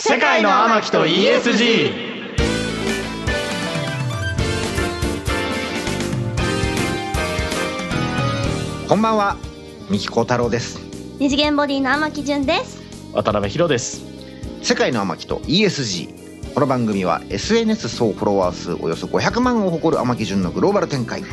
世界の天木と ESG こんばんは、三木幸太郎です。二次元ボディの天木純です。渡辺博です世界の天木と ESG。この番組は SNS 総フォロワー数およそ500万を誇る天木純のグローバル展開、はい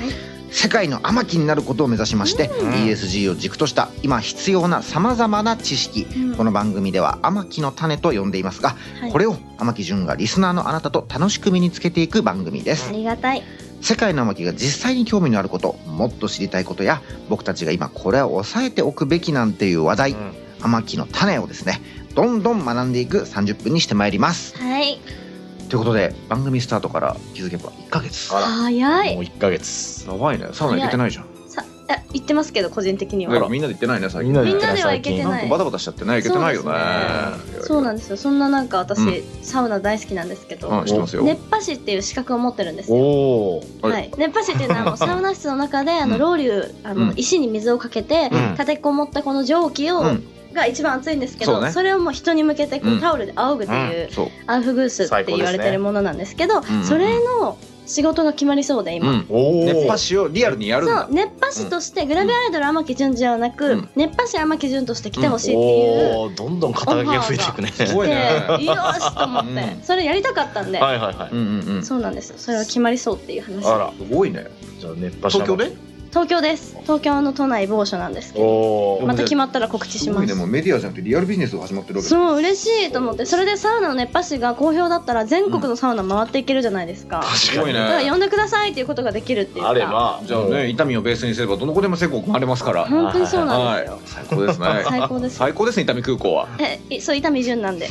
世界の天木になることを目指しまして、ESG を軸とした今必要なさまざまな知識、うんこの番組では天木の種と呼んでいますが、はいこれを天木純がリスナーのあなたと楽しく身につけていく番組ですあ。りがたい。世界の天木が実際に興味のあることもっと知りたいことや僕たちが今これは抑えておくべきなんていう話題、うん天木の種をですねどんどん学んでいく30分にしてまいりますはい。ということで番組スタートから気づけば1ヶ月あら早もうい。一ヶ月やばいねサウナ行けてないじゃんさ、あ、言ってますけど個人的にだからは。みんなで行ってないね最み近んなで行みんってなないでは最行けて近ななんいかバタバタしちゃってない行けてないよねそうなんんですよ。そんななんか私、サウナ大好きなんですけうどん、知、ってますよ、熱波師っていう資格を持ってるんですよ。おおあれはい、熱波師っていうのは もうサウナ室の中であうのんロウリュあうのん石に水をかけてうん立てこもったこの蒸気を、うんが一番熱いんですけそうどねそれをもう人に向けてこうんうタオルで仰ぐっていうそうアウフグースって言われてるものなんですけどですねうんそれの仕事が決まりそうで今う。んおお熱波師をリアルにやるんそだう熱波師としてグラビアアイドル天城純じゃなく、うん熱波師天城純として来てほしいっていう、おーどんどん肩書きが増えていくねすごいねでよーしと思って、うんそれやりたかったんで、はいはいはいうんうんうんすそうなんですよそれは決まりそうっていう話あらごいねじゃあ熱波師東京で東京です東京の都内某所なんですけおおどまた決まったら告知しますごいねもうメディアじゃなくてリアルビジネスが始まってるわけだそう嬉しいと思ってそれでサウナの熱波師が好評だったら全国のサウナ回っていけるじゃないですか、確かにだから呼んでくださいっていうことができるっていうかあればじゃあね痛みをベースにすればどの子でも成功回れますから本当にそうなんですよ、最高ですね最高です最高ですね伊丹空港はえいそう伊丹純なん で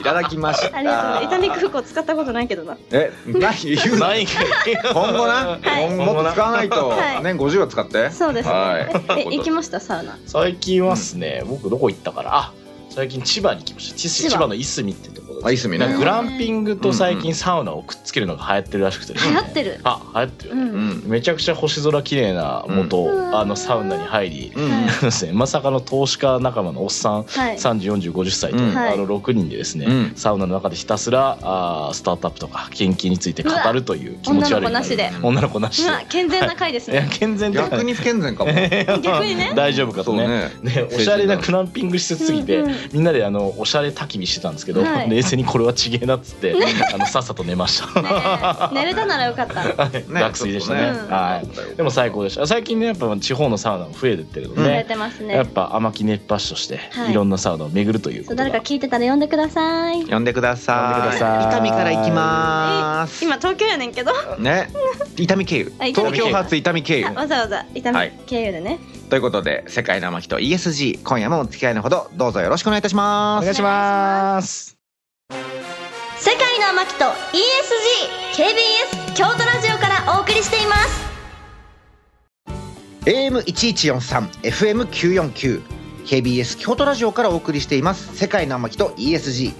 いただきましたありがとうございます伊丹空港使ったことないけどなえない言 うなないんかい今後なはい今後もっと使わないとはい年50は使ってそうですね。はいえ、行きましたサウナ。最近はっすね、僕どこ行ったからあ最近千葉に行きました千千葉千葉のいすみってところあいですすみなんねかグランピングと最うんうん近サウナをくっつけるのが流行ってるらしくてです流ね行ってる。あ流行ってるよう。ね、うんんめちゃくちゃ星空綺麗な元、うんあのサウナに入り、うんはいです ねまさかの投資家仲間のおっさんはい。 304050歳と、うんはいあの6人でですね、うんサウナの中でひたすらあースタートアップとか研究について語るという気持女ちの悪子いなしで。女の子なしうでわ、健全な回ですいやね。健全的逆なに不健全か も逆に ね。大丈夫かとそうねねね、おしゃれなグランピング施設すぎて、うんうんみんなであのおしゃれ焚き火してたんですけど、はい冷静にこれはちげえなっつって、あのさっさと寝ました、 ねえ寝れたならよかった。 ね学生でしたねちょっとねはいでも最高でした最近ねやっぱ地方のサウナも増えてってるので、うん寝れてますやっね。ぱ天城熱波師として、、はいいろんなサウナを巡るというそこう、とが誰か聞いてたら呼んでください。呼んでくだ呼んでください伊丹から行きます今東京やねんけど。ね伊丹経由あ伊丹経由東京発伊丹経由わざわざ伊丹はい経由でね。ということで世界の天木と ESG 今夜もお付き合いのほどどうぞよろしくお願いいたしおます願いします世界の天木と ESG KBS 京都ラジオからお送りしています。 AM1143 FM949 KBS 京都ラジオからお送りしています世界の天木と ESG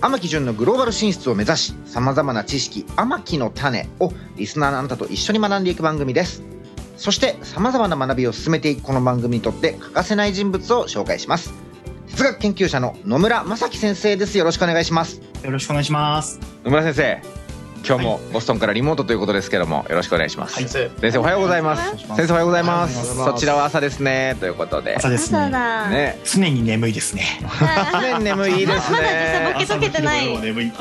天木純のグローバル進出を目指しさまざまな知識「天木の種」をリスナーのあなたと一緒に学んでいく番組ですそしてさまざまな学びを進めていくこの番組にとって欠かせない人物を紹介します哲学研究者の野村正樹先生ですよろしくお願いしますよろしくお願いします。野村先生今日もボストンからリモートということですけどもよろしくお願いします、はい生先生おはようございますおはようございます先生おはようございまおはよすうございそますちらは朝ですねということで朝です朝ね。だ。ね常に眠いですね。常に眠いで すまだ実際ボねケ溶けてない朝の昼ごろ眠い。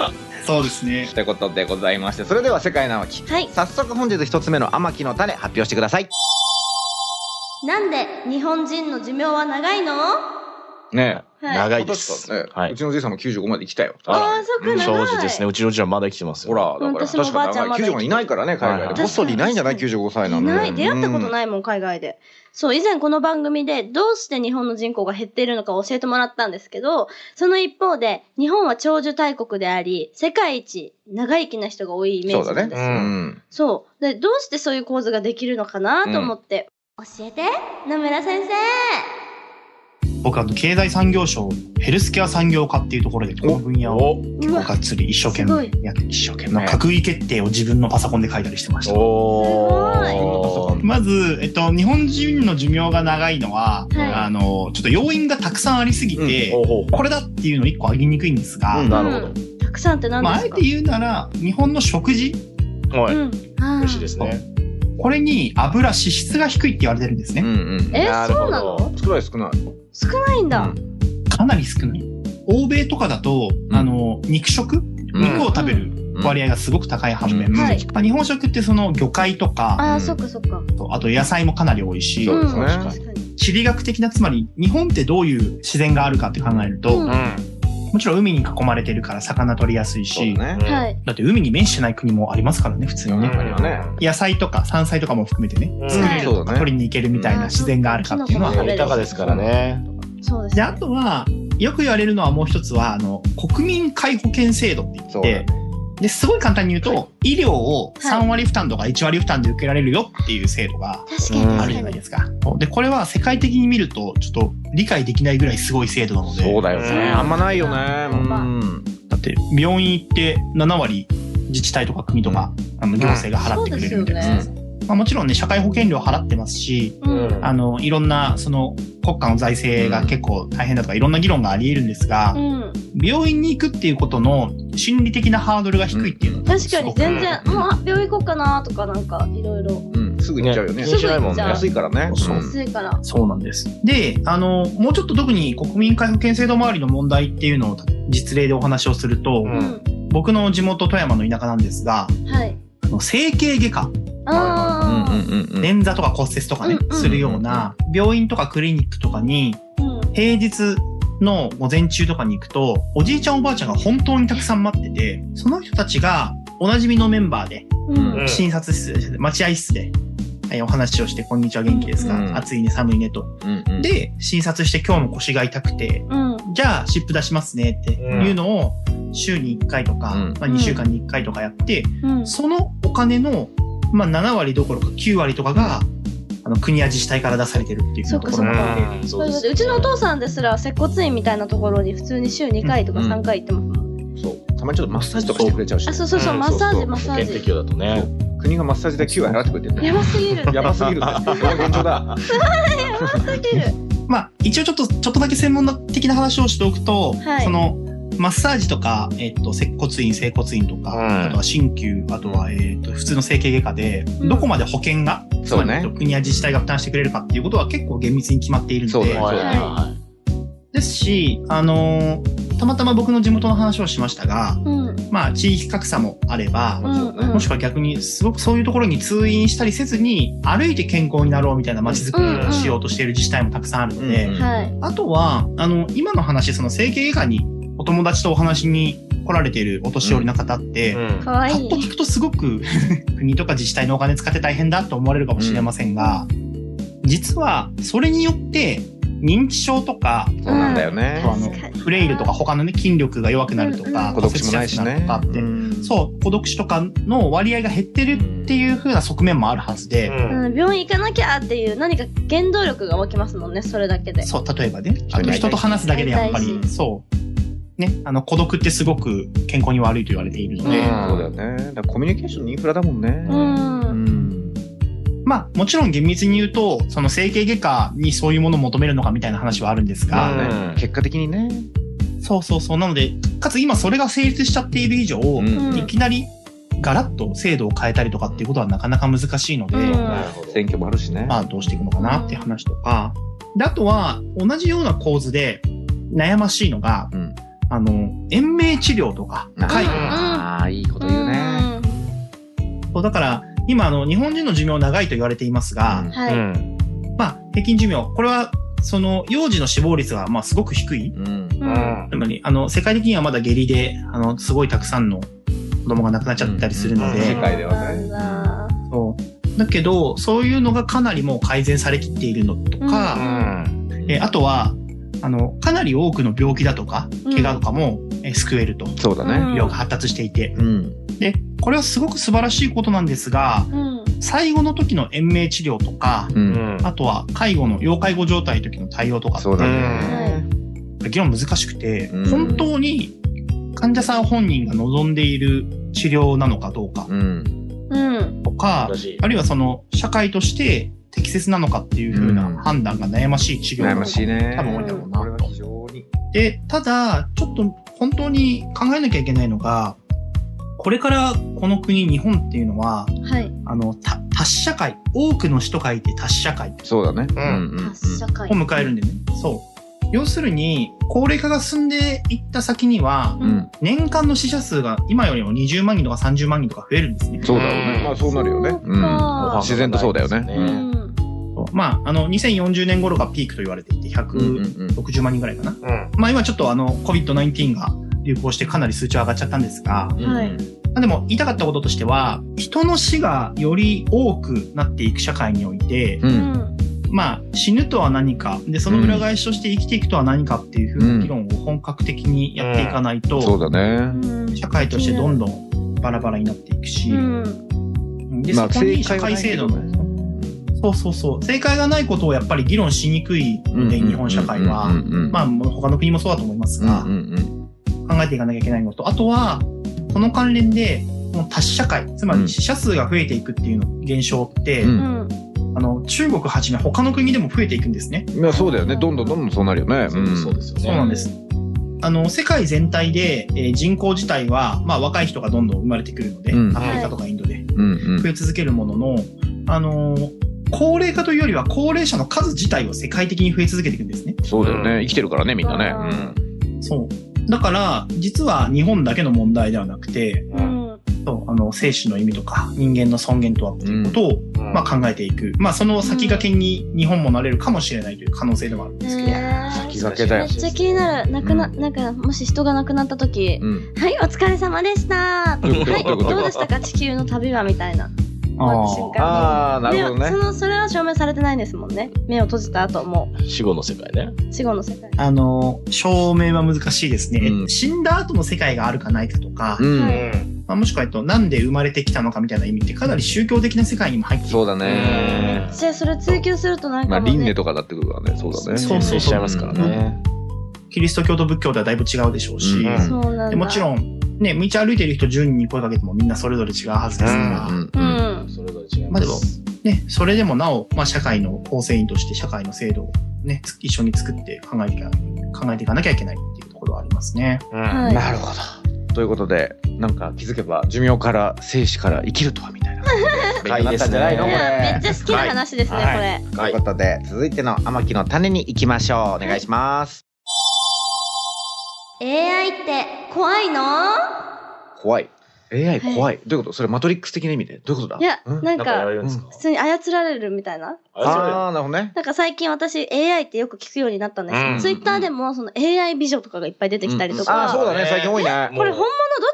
そうですね。 ということでございましてそれでは世界の天木はい。早速本日一つ目の天木の種発表してくださいなんで日本人の寿命は長いの？はねい。長えいです、ねはいうちのじいさんも95まで生きたよあらあーそっかうん正直ですねうちのうちはまだ生きてますよほらだから私も確かにばあちゃんまだ生きて95いないからね海はい外はいでボストンにいないんじゃない確95歳ないんでない出会ったこといないもん海外でそう以前この番組でどうして日本の人口が減っているのか教えてもらったんですけどその一方で日本は長寿大国であり世界一長生きな人が多いイメそーうジだなねんですうよんそうでどうしてそういう構図ができるのかなと思って、教えて野村先生僕あの経済産業省ヘルスケア産業化っていうところでこの分野をおうわがっつり一生懸命やって一生懸命閣議決定を自分のパソコンで書いたりしてました。おーまず、えっと、日本人の寿命が長いのは、はいあの、ちょっと要因がたくさんありすぎて、おほこれだっていうの一個あげにくいんですが、なるほど。たくさんって何まあ、あでえすかて言うなら、日本の食事、ど。はい。うん。美美味しいですね。これに油脂質が低いって言われてるんですうんね。うんえなるほどそうなの少ない少ない少ないんだ。かなり少ない。欧米とかだと、うんあの、肉食うん肉を食べる割合がすごく高い反面、うんはいまあ、日本食ってその魚介とか、あうあ、んそっかそっか。とあと野菜もかなり多いし、そうですねん確かに。地理学的な、つまり日本ってどういう自然があるかって考えると、うんん。。もちろん海に囲まれてるから魚取りやすいそうし、だねはいい。だって海に面してない国もありますからね、普通に世のね。中にはね野菜とか山菜とかも含めてね、うん作れるそとうだかね取りに行けるみたいな自然があるかっていうのうんそは。う豊かですからね。そうですで、ね。あとは、よく言われるのはもう一つは、あの、国民皆保険制度って言そっうだねて、で、すごい簡単に言うと、医療をはい3割負担とか1割負担で受けられるよっていう制度が確かうんあるにじゃない確かでに。すか。で、これは世界的に見ると、ちょっと理解できないぐらいすごい制度なので、そうだようんねあんまないよねうんだって病院行って7割自治体とか国とか、あの行政が払ってくれるみたいな、そうですまあ、もちろんね社会保険料払ってますしうん。うんあのいろんなその国家の財政が結構大変だとか、いろんな議論がありえるんですが、うん。病院に行くっていうことの心理的なハードルが低いっていうのは確かに全然、うんもう、あ、病院行こうかなとかなんか、いろいろ。うんすぐ行っちゃうよね気にしないもんね。す安いからねそううん安いから。そうなんですであのもうちょっと特に国民皆保険制度周りの問題っていうのを実例でお話をすると、ううんん。僕の地元富山の田舎なんですがはい。あの整形外科ああ。うんうんうん捻挫とか骨折とかね、うんうんするような病院とかクリニックとかにうん。平日の午前中とかに行くとおじいちゃんおばあちゃんが本当にたくさん待っててその人たちがおなじみのメンバーでうん。診察室、待合室で、はい、お話をして「こんにちは元気ですか、うん暑いね寒いね」と。うんうんで診察して「今日も腰が痛くてうん。じゃあ湿布出しますね」っていうのを週に1回とか、うんまあ、2週間に1回とかやって、うん。そのお金の、まあ、7割どころか9割とかが、あの国や自治体から出されてるっていうそとっかころなのでうんそういうことでうちのお父さんですら接骨院みたいなところに普通に週2回とか3回行ってますもんね、そうたまにちょっとマッサージとかしてくれちゃうしあそうそうそう、うんマッサージマッ保サー険適ジ用だとね。国がマッサージ代9割払ってくれてるやばすぎるってややばばすぎるねこれが現状だすぎるまあ、一応ちょっとちょっとだけ専門的な話をしておくと、はいそのマッサージとか、えっと接骨院整骨院とか、うんあとは鍼灸あとは、えっと普通の整形外科で、うんどこまで保険がつそまうりねえっと国や自治体が負担してくれるかっていうことは結構厳密に決まっているのそうで、だねはいはいはですし、あのーたまたま僕の地元の話をしましたが、うんまあ、地域格差もあれば、うんうんもしくは逆にすごくそういうところに通院したりせずに歩いて健康になろうみたいな街づくりをしようとしている自治体もたくさんあるので、うんうんはいあとはあの今の話その整形外科にお友達とお話に来られているお年寄りの方って、い。パんかわいッとい聞くとす ごく国とか自治体のお金使って大変だと思われるかもしれませんが、実はそれによって認知症とかそうなんだよあねとあの確かにフレイルとか他のね筋力が弱くなるとか、うん孤独死もないし骨折ねしやすくなるとかってうんそう、孤独死とかの割合が減ってるっていう風な側面もあるはずで、うん、病院行かなきゃっていう何か原動力が湧きますもんねそれだけでそう、例えばね、あ人に会いたいと人と話すだけでやっぱ会いりた、いそう、ね、あの、孤独ってすごく健康に悪いと言われているので、うんそうだよねだからコミュニケーションのインフラだもんねうん、うんまあ、もちろん厳密に言うと、その整形外科にそういうものを求めるのかみたいな話はあるんですまあが、うねん結果的にねそうそうそう、なので、かつ今それが成立しちゃっている以上、んいきなりガラッと制度を変えたりとかっていうことはなかなか難しいので、うんなるほど。選挙もあるしねまあどうしていくのかなっていう話とか、であとは同じような構図で悩ましいのが、うんあの、延命治療とか、あ介護ああいいこと言うねそうだから、今あの、日本人の寿命長いと言われていますが、うんはい、うんまあ、平均寿命、これは、その、幼児の死亡率が、まあ、すごく低い。うんううんんなのに、あの、世界的にはまだ下痢で、あの、すごいたくさんの子供が亡くなっちゃったりするのうんで、世界ではねそうなんだそうだけど、そういうのがかなりもう改善されきっているのとか、うんえーあとはあのかなり多くの病気だとかうん怪我とかも、えー救えると医そうだね療が発達していてうんでこれはすごく素晴らしいことなんですがうん最後の時の延命治療とか、う、うんん。あとは介護の、要介護状態の時の対応とか、そうだね。は議論難しくて、うん本当に患者さん本人が望んでいる治療なのかどうかうん、うん。とか難、しいあるいはその社会として適切なのかっていうふううんな判断が悩ましい治悩療なのまかしいね。多分多いだろうなこれは非常に。で、ただ、ちょっと本当に考えなきゃいけないのが、これからこの国、日本っていうのは、はい。あの、た多死社会、多くの人がいて多死社会そうだね。うんうんうんうん達社会。を迎えるんでね。そう。要するに、高齢化が進んでいった先には、うん、年間の死者数が今よりも20万人とか30万人とか増えるんですね。そうだろうね。まあそうなるよね。そうか自然とそうだよねううんん。まあ、あの、2040年頃がピークと言われていて、うん、うん、うん160うん。万人ぐらいかな。まあ今ちょっとあの、COVID-19 が流行してかなり数値は上がっちゃったんですが、はいまあでも言いたかったこととしては、人の死がより多くなっていく社会において、う、うんん。まあ死ぬとは何か、で、その裏返しとして生きていくとは何かっていうふうな議論を本格的にやっていかないそと、うだね。うん社会としてどんどんバラバラになっていくしう、ん。で、そこに社会制度の、そうそうそう、正解がないことをやっぱり議論しにくいので、日本社会は。まあ、あ、もう他の国もそうだと思いますが、うん、うん、考えていかなきゃいけないのと、あとは、この関連で、この多死社会、つまうんり死者数が増えていくっていうの現象って、うんうん。あの、中国はじめ他の国でも増えていくんですね。うん。いや、そうだよね。どんどんどんどんそうなるよね。。そうそうですすよね。そうなんです。あの、世界全体で、えー人口自体は、まあ若い人がどんどん生まれてくるので、うんアフリカとかインドでうん、うん増。え続けるものの、あのー高齢化というよりは高齢者の数自体は世界的に増え続けていくんですね。そうだよね。生きてるからね、みんなね。そう。だから、実は日本だけの問題ではなくて、うん。そうあの生死の意味とか人間の尊厳とはっていうことを、うんまあ、考えていく、まあ、その先駆けに日本もなれるかもしれないという可能性でもあるんですけど、ねえ先駆けだめよっちゃ気になる。なくな、うんなんか、もし人が亡くなった時う、ん。はい、お疲れ様でした。どういうことはい、どうどいうことうでしたか地球の旅はみたいな。あ終わーった瞬間ああ、なるほどでもねそ。の、それは証明されてないんですもんね。目を閉じた後も、死後の世界ね。死後の世界。あの証明は難しいですね、うん死んだ後の世界があるかないかとか、うん。まあ、もしくは、えっと、なんで生まれてきたのかみたいな意味ってかなり宗教的な世界にも入っていそうだめねっ。ちゃそれ追求するとなんまあ、かも輪廻ね。とかなってくるからね。そうだね。そうそうそうしちゃいますからね。キリスト教と仏教ではだいぶ違うでしょうし、うんそうなんだ。でもちろん、ね、道歩いてる人10人に声かけてもみんなそれぞれ違うはずですから、うんううんん。それぞれ違いままあでもす。ね、それでもなお、まあ、社会の構成員として社会の制度をね、つ一緒に作って考えていか考えていかなきゃいけないっていうところはありますね。はい。なるほど。ということで、なんか気づけば寿命から生死から生きるとはみ たいな。深いですね勉強になったんじゃないのこいれやめっちゃ好きな話ですね、はいこれ。ということで、続いての天木の種に行きましょう。お願いします。 AI って怖いの怖い。AI はい怖い。どういうことそれマトリックス的な意味でどういうことだいや、うんなんなんかやらか、れるんですか普通に操られるみたいな。ああ、なるほどね。なんか最近私 AI ってよく聞くようになったんですうんよ。ツイッターでもその AI 美女とかがいっぱい出てきたりとうんああ、そうか、だね。最近多いね。これ本物どっ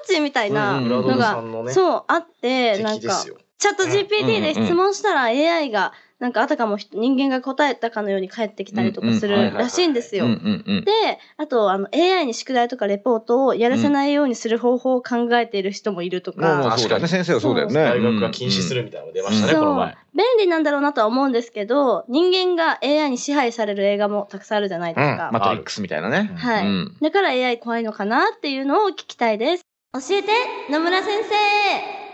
ちみたいなうんのうんブラドルがさんの、ねそう、あって、なん敵でかす、よ。チャット GPT で質問したら AI が、なんかあたかも人間が答えたかのように返ってきたりとかすうんうんはいるはいはいらしいんですうんよ。うんで、あと、あの、AI に宿題とかレポートをやらせないようにする方法を考えている人もいるとうん。まあまか、あそうだね。先生はそうだよね。大学が禁止するみたいなのが出ましたね、このそう前。、便利なんだろうなとは思うんですけど、人間が AI に支配される映画もたくさんあるじゃないでうん。すうんか。マトリックスみたいなね。はうい。んだから AI 怖いのかなっていうのを聞きたいです。教えて、野村先生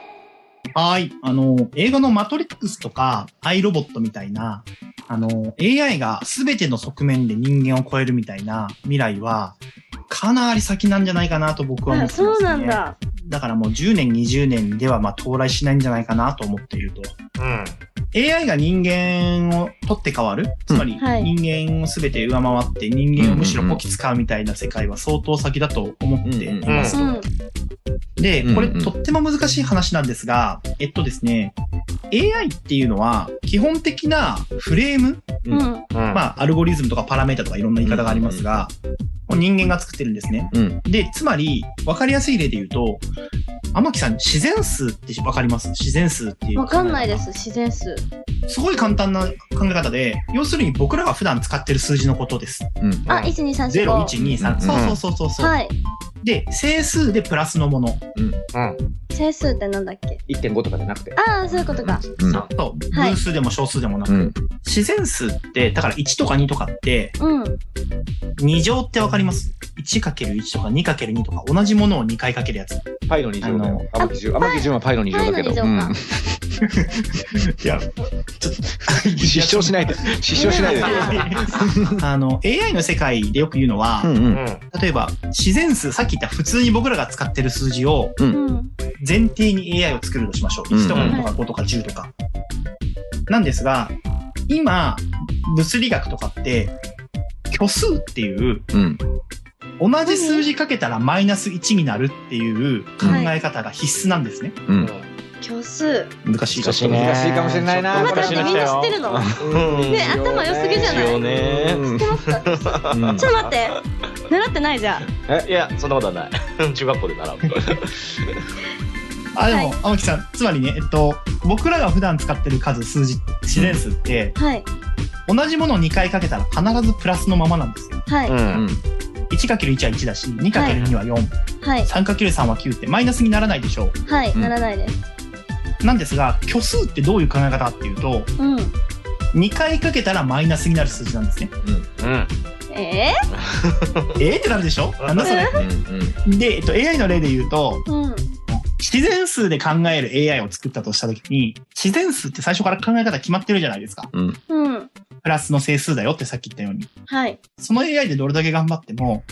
はい。あの、映画のマトリックスとか、アイロボットみたいな、あの、AI が全ての側面で人間を超えるみたいな未来は、かなり先なんじゃないかなと僕は思あってます、ね。そうなん。だ。だからもう10年、20年ではまあ到来しないんじゃないかなと思っていると。AI が人間を取って変わるつまりはい人間を全て上回って人間をむしろこき使うみたいな世界は相当先だと思っていますう。ん。でうん、これうんとっても難しい話なんですが、えっとですね、AI っていうのは基本的なフレーム、うんうん。まあ、まあアルゴリズムとかパラメータとかいろんな言い方がありますが、もう人間が作ってるんですね。うん。で、つまり分かりやすい例で言うと、天木さん自然数って分かります自然数っていう。わかんないで。す、自然数。すごい簡単な考え方で、要するに僕らが普段使ってる数字のことです。うん。あ、1、2、3、4、5。 0、1、2、3。うんそうそうそうそう。はい。で、整数でプラスのもの。うん整数ってなんだっけ1.5とかじゃなくて。ああ、そういうことか。うんあと、偶数でも小数でもなく、うん。自然数って、だから1とか2とかって、うん。 2乗ってわかります ?1×1 とか 2×2 とか同じものを2回かける やつ。パイの二乗だよ。あ天木順。天木順はパイの二乗だけど。パうイの二乗かん。いや、失笑しないで。失笑しないで。 あの、AI の世界でよく言うのは、うんう。うんん。例えば、自然数、さっき言った普通に僕らが使ってる数字をうん。前提に AI を作るとしましょう。うん1とか2とか5とか10とか。なんですが、今、物理学とかって、虚数っていう、うん。同じ数字かけたらマイナス1になるっていう考え方が必須なんですね。うん。虚数。難しい難しいね。難しいかもしれないな待って難待しっいて、のみ来たんなよ知ってるのうんね頭良すぎじゃない一応ねうん 知ってますかうんちょっと待って。習ってないじゃん。いや、そんなことはない。中学校で習う。。あ、でも、は青木さん、つまりね、えっと、僕らが普段使ってる数、数字、自然数って、はい。同じものを2回かけたら必ずプラスのままなんですよ。はいううんん。 1×1 は1だし、2×2 は4、はい。 3×3 は9ってマイナスにならないでしょう。はい。うんならないです。なんですが、虚数ってどういう考え方かっていうと、うん。 2回かけたらマイナスになる数字なんですね。うん。ええーってなるでしょなんだそれ。うんで、えっと、AI の例で言うと、ーうん。自然数で考える AI を作ったとしたときに、自然数って最初から考え方決まってるじゃないですか。うん。うん。プラスの整数だよってさっき言ったように。はい。その AI でどれだけ頑張っても、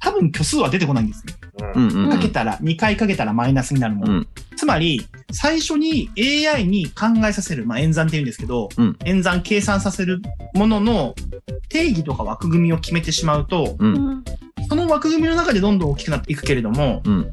多分虚数は出てこないんですね。ううん。んうんかけたら、2回かけたらマイナスになるも。うんんつまり、最初に AI に考えさせる、まあ、演算って言うんですけど、うん演算計算させるものの定義とか枠組みを決めてしまうと、ううんん。その枠組みの中でどんどん大きくなっていくけれども、うん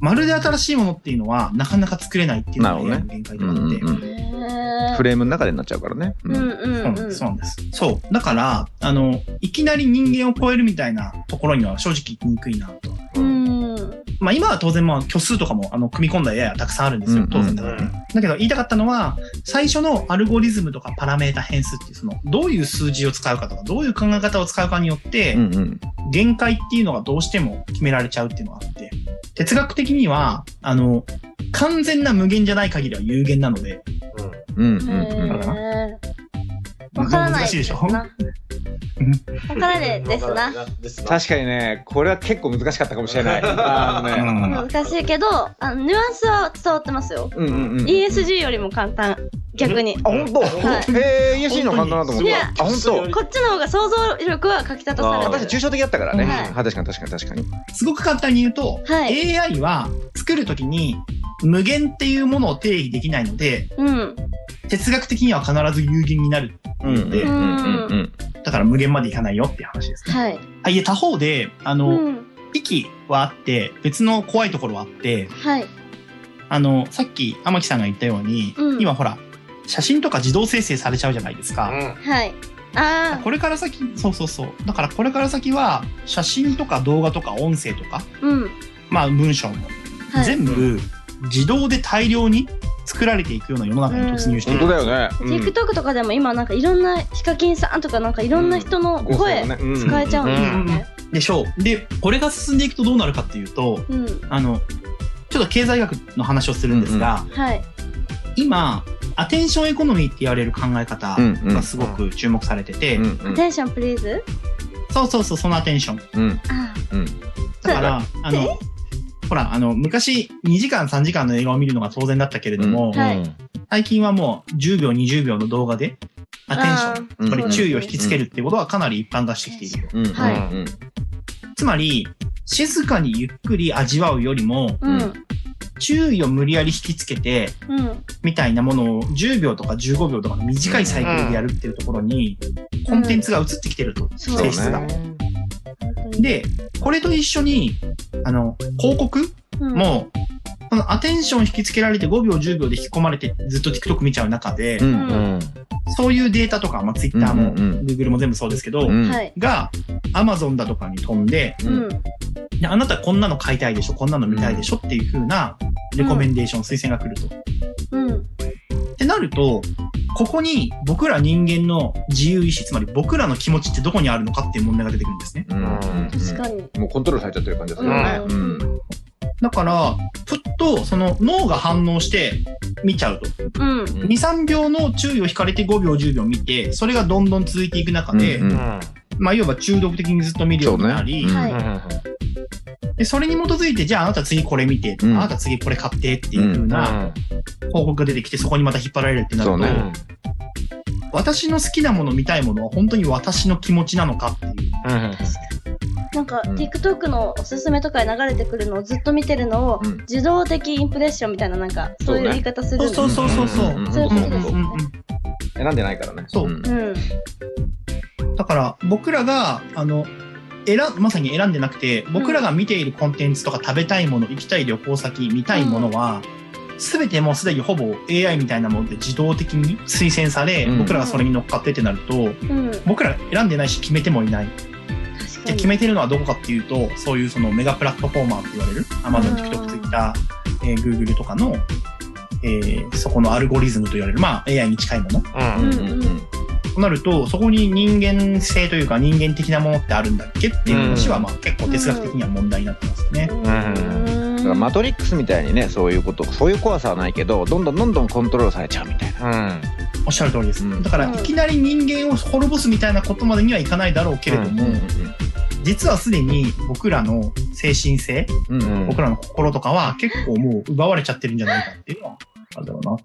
まるで新しいものっていうのはなかなか作れないっていうのながる AI の限界うとかあって、んうへんーフレームの中でになっちゃうからね。ううんんうんそううん。そうなんです。そう。だから、あの、いきなり人間を超えるみたいなところには正直行きにくいなと。うん。まあ今は当然まあ虚数とかもあの組み込んだ AI はたくさんあるんですうよん。当然だからね。だけど言いたかったのは、最初のアルゴリズムとかパラメータ変数っていうその、どういう数字を使うかとか、どういう考え方を使うかによってう、んうん限界っていうのがどうしても決められちゃうっていうのがあって、哲学的には、あの、完全な無限じゃない限りは有限なので、うんうんへうんーわからない難しいでですしな。ょわからないですな。ですな。確かにね、これは結構難しかったかもしれない。あのねうん難しいけど、あのニュアンスは伝わってますよ。うんうんうん ESG よりも簡単。逆に。あ、本当。はええ、ESG の反応だと思っいたや。あ、本当。こっちの方が想像力はかきたとされある。ー私抽象的だったからね。はいあ確かに確かに確かに。すごく簡単に言うと、は AI は作るときに無限っていうものを定義できないので、うん。哲学的には必ず有限になる。うんうんうんうんうん。だから無限までいかないよっていう話ですね。はい。あ、いえ、他方で、あうの、ん。域はあって、別の怖いところはあって、はい。あの、さっき天木さんが言ったように、うん今ほら、写真とか自動生成されちゃうじゃないですか。はい。ああ。これから先、そうそうそう。だからこれから先は、写真とか動画とか音声とか、うん。まあ文章も、はい。全部自動で大量に作られていくような世の中に突入してい本る。当だよね。うん TikTok とかでも今なんかいろんなヒカキンさんとかなんかいろんな人の声使えちゃうんですよね。でしょう。で、これが進んでいくとどうなるかっていうと、うん。あの、ちょっと経済学の話をするんですが、はい。今、アテンションエコノミーって言われる考え方うんうんがすごく注目されてて、うんテンションプリーズそうそうそう、そのアテンション。うんうんあうんだから、あの、ほら、あの、昔2時間3時間の映画を見るのが当然だったけれども、んはい最近はもう10秒20秒の動画で、アテンション、うんこれ注意を引きつける。るってことはかなり一般化してきているよ。うんうんはいうんつまり、静かにゆっくり味わうよりも、うん。注意を無理やり引きつけて、うん。みたいなものを10秒とか15秒とかの短いサイクルでやるっていうところに、コンテンツが移ってきてると、そうそう性質が。ね。で、これと一緒に、あの、広告うん、も、このアテンション引きつけられて5秒10秒で引き込まれてずっと TikTok 見ちゃう中で、うんううんん。そういうデータとか、まあ、Twitter も、うんうんうん Google も全部そうですけど、うんはい。が Amazon だとかに飛んで、ううんん。であなたこんなの買いたいでしょこんなの見たいでしょっていう風なレコメンデーション、推薦が来ると。うん。ってなると、ここに僕ら人間の自由意志、つまり僕らの気持ちってどこにあるのかっていう問題が出てくるんですね。うんうんうん確かに。もうコントロールされちゃってる感じがするよね。ううんんだから、ふっとその脳が反応して見ちゃうと。うん。うん2、3秒の注意を引かれて5秒、10秒見て、それがどんどん続いていく中で、うんうんまあ、いわば中毒的にずっと見るようになり、そうねはうんい。でそれに基づいて、じゃああなた次これ見て、うんあなた次これ買ってっていう風な報告が出てきて、そこにまた引っ張られるってなると、そうね私の好きなもの、見たいものは本当に私の気持ちなのかっていう。うんうんなんか、うん TikTok のおすすめとかで流れてくるのをずっと見てるのを、うん自動的インプレッションみたいな、なんか、そういう言い方するんでそうそうそうそう。んんんそういうことですうんうんうん選んでないからねそうんうん。だから僕らがあの選まさに選んでなくて僕らが見ているコンテンツとか食べたいもの行きたい旅行先見たいものは、全てもうすでにほぼ AI みたいなもので自動的に推薦され、うん僕らがそれに乗っかってってなるとうん。確僕ら選んでないし決めてもいないじゃあかに。決めてるのはどこかっていうとそういうそのメガプラットフォーマーって言われる Amazon、TikTok、Twitter、えー Google とかの、えーそこのアルゴリズムと言われる、まあ、AI に近いものうんうんうんうんとなるとそこに人間性というか人間的なものってあるんだっけっていう話は、うんまあ、結構哲学的には問題になってますよね。うんだからマトリックスみたいにねそういうことそういう怖さはないけどどんどんどんどんコントロールされちゃうみたいなうんおっしゃる通りです、うんだからうんいきなり人間を滅ぼすみたいなことまでにはいかないだろうけれども、実はすでに僕らの精神性、うんうん僕らの心とかは結構もう奪われちゃってるんじゃないかっていうのはあるだろうな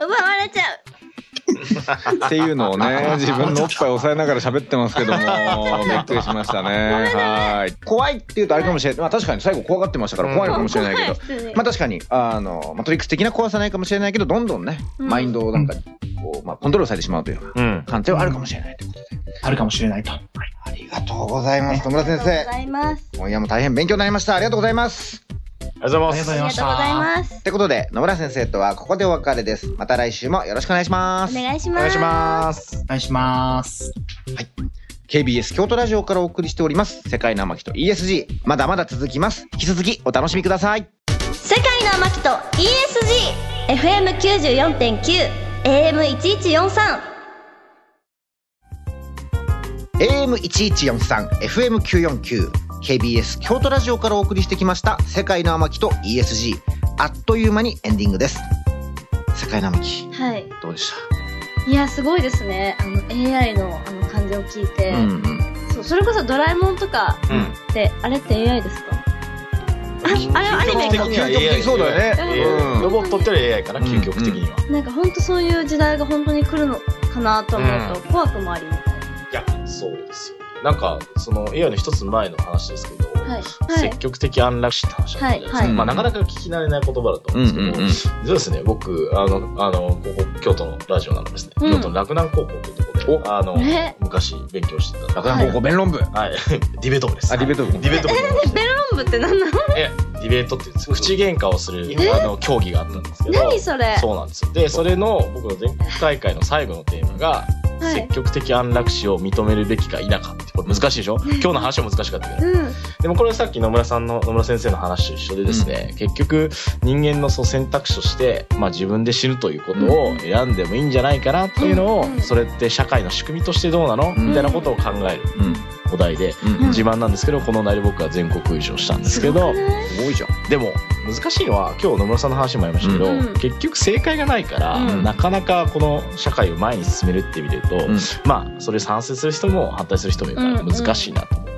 奪われちゃう。っていうのを ね自分のおっぱい押さえながら喋ってますけど もびっくりしましたねはい怖いって言うとあれかもしれない、まあ、確かに最後怖がってましたから怖いのかもしれないけど、怖い普通にまあ確かにあのマトリックス的な怖さないかもしれないけどどんどんね、うんマインドをなんかこう、まあ、コントロールされてしまうというようなうん感性はあるかもしれないということで、あるかもしれないと。はいありがとうございます友あり田がとう先ございます。生今夜も大変勉強になりましたありがとうございますありがとうございあまあすりがとうございますっ。てことで野村先生とはここでお別れですまた来週もよろしくお願いしまおす願いしおます。願いしますお願いします。 KBS 京都ラジオからお送りしております世界の天木と ESG まだまだ続きます引き続きお楽しみください世界の天木と ESG FM94.9AM1143 AM1143 FM949 KBS 京都ラジオからお送りしてきました世界の天木と ESG あっという間にエンディングです世界の天木はいどうでしいやすごいですねあの AI のあの感じを聞いて、た、うんうんそうそれこそドラえもんとかうんってあれって AI ですかああれはアニメ究極的かには究極的 AI そうだよねうん AI ロボットってより AI かなうん究極的にはなんかほんとそういう時代が本当に来るのかなと思うと、怖くもありみたいいやそうですよなんかその AI の一つ前の話ですけどなはいはい積極的安楽死って話だったじゃないですはいはかいまあなかなか聞き慣れない言葉だと思うんですけどそうですね、僕、あの、あの、ここ、京都のラジオなのですね、うん京都の洛南高校というところで、あの、ね昔勉強してた。洛南高校弁論部、はい、ディベート部です。あディベート部ディベート部でえベロン部って何なのえディベートって言うんですよ口喧嘩をする、えあの、競技があったんですけど。何それそうなんですよ。で、それの、僕の全国大会の最後のテーマが、はい積極的安楽死を認めるべきか否かって、これ難しいでしょ今日の話は難しかったけど。うんでもこれはさっき野村さんの、野村先生の話と一緒でですね、結局人間のそう選択肢として、まあ自分で死ぬということうをん選んでもいいんじゃないかなっていうのを、うんそれって社会の仕組みとしてどうなの、うんみたいなことを考えるうんお題で、うんうん自慢なんですけど、この内容僕は全国優勝したんですけど、すごいじゃんでも難しいのは今日野村さんの話にもありましたけど、うん結局正解がないから、うんなかなかこの社会を前に進めるって意味で言うと、うんまあそれ賛成する人も反対する人もいるからうんうん難しいなと思っ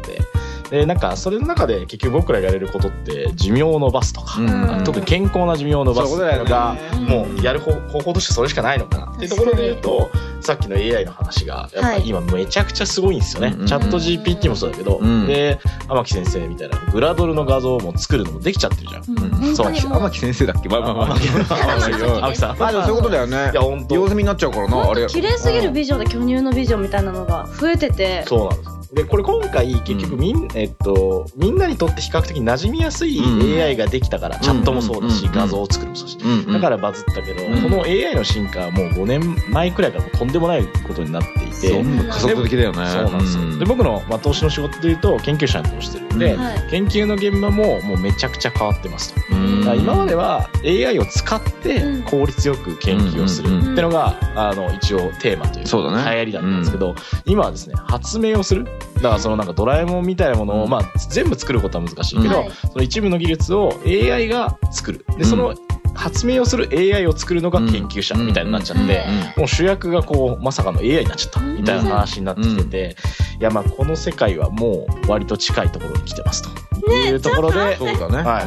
て、でなんかそれの中で結局僕らがやれることって寿命を延ばすとか、ん特に健康な寿命を延ばすそういうことだよがねもうやる方方法としてそれしかないのかなっていうところで言うとさっきの AI の話がやっぱはいり今めちゃくちゃすごいんですよね、うんチャット GPT もそうだけど、うんで天木先生みたいなグラドルの画像をもう作るのもできちゃってるじゃん。うんうん本当にもう天木先生だっけまあまあまあ天木天木さんまあでもそういうことだよねいや本当用済みになっちゃうからなあれ綺麗すぎる美女で巨乳の美女みたいなのが増えててそうなんです。で、これ今回、結局みん、えっと、みんなにとって比較的馴染みやすいうん AI ができたから、チャットもそうだし、うん画像を作るもそうだし。うんうんだからバズったけど、うんこの AI の進化はもう5年前くらいからもうとんでもないことになっていて、全部加速的だよねそうなんですよ。で、僕の、まあ、投資の仕事で言うと、研究者に投資してるんで、うんはい研究の現場ももうめちゃくちゃ変わってますと。うんだから今までは AI を使ってうん効率よく研究をするうんうんうんってのが、あの一応テーマというかそうだね流行りだったんですけど、今はですね発明をするだからそのなんかドラえもんみたいなものを、まあ全部作ることは難しいけど、はいその一部の技術を AI が作る。うで、んその発明をする AI を作るのが研究者うんみたいになっちゃって、うんもう主役がこう、まさかの AI になっちゃったみたいな話になってきてて、いやまあこの世界はもう割と近いところに来てますというところで、そうだね。は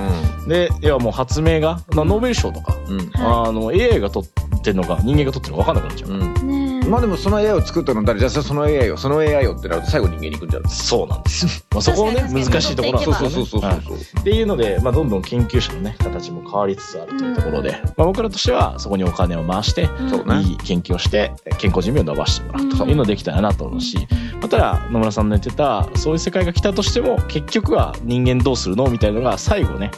いで、いやもう発明が、まあノーベル賞とか、うん。うん。はあの AI が取ってるのか人間が取ってるのか分かんなくなっちゃう。うん。ねえまあでもその AI を作ったの誰じゃあその AI をその AI をってなると最後人間に行くんじゃないそうなんですよ。まあ、そこをね、 確かに難しいところなんそでうすそよねうそうそうそうはいっていうので、まあ、どんどん研究者のね、形も変わりつつあるというところで、うんまあ、僕らとしては、そこにお金を回して、うんそうねいい研究をして、健康寿命を伸ばしてもらうとうんいうのできたらなと思うし、まあただ、野村さんの言ってた、そういう世界が来たとしても、結局は人間どうするのみたいなのが、最後ね、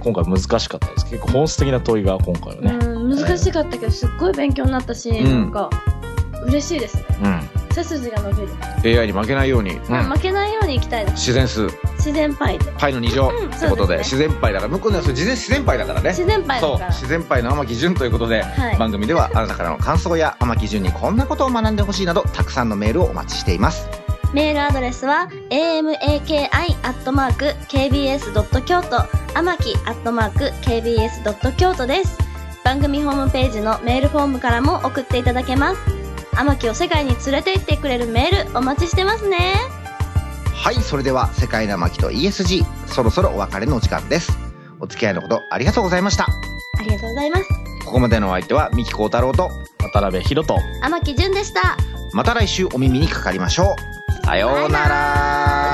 今回難しかったです。結構本質的な問いが今回はね。うん難しかったけどすっごい勉強になったし、んなんか嬉しいですねうん。背筋が伸びる、 AI に負けないようにうん負けないように行きたいです自然数自然パイでパイの2乗うんってことで,、そうです自然パイだから向こうのはそれ自然自然パイだからね自然パイそだうから自然パイの天木純ということで、はい番組ではあなたからの感想や天木純にこんなことを学んでほしいなどたくさんのメールをお待ちしていますメールアドレスは amaki.kbs.kyoto 天木 .kbs.kyoto です。番組ホームページのメールフォームからも送っていただけます。天木を世界に連れて行ってくれるメールお待ちしてますね。はいそれでは「世界の天木と ESG」そろそろお別れのお時間ですお付き合いのほどありがとうございましたありがとうございます。ここまでのお相手は三木幸太郎と渡辺宏と、天木純でした。また来週お耳にかかりましょうさようなら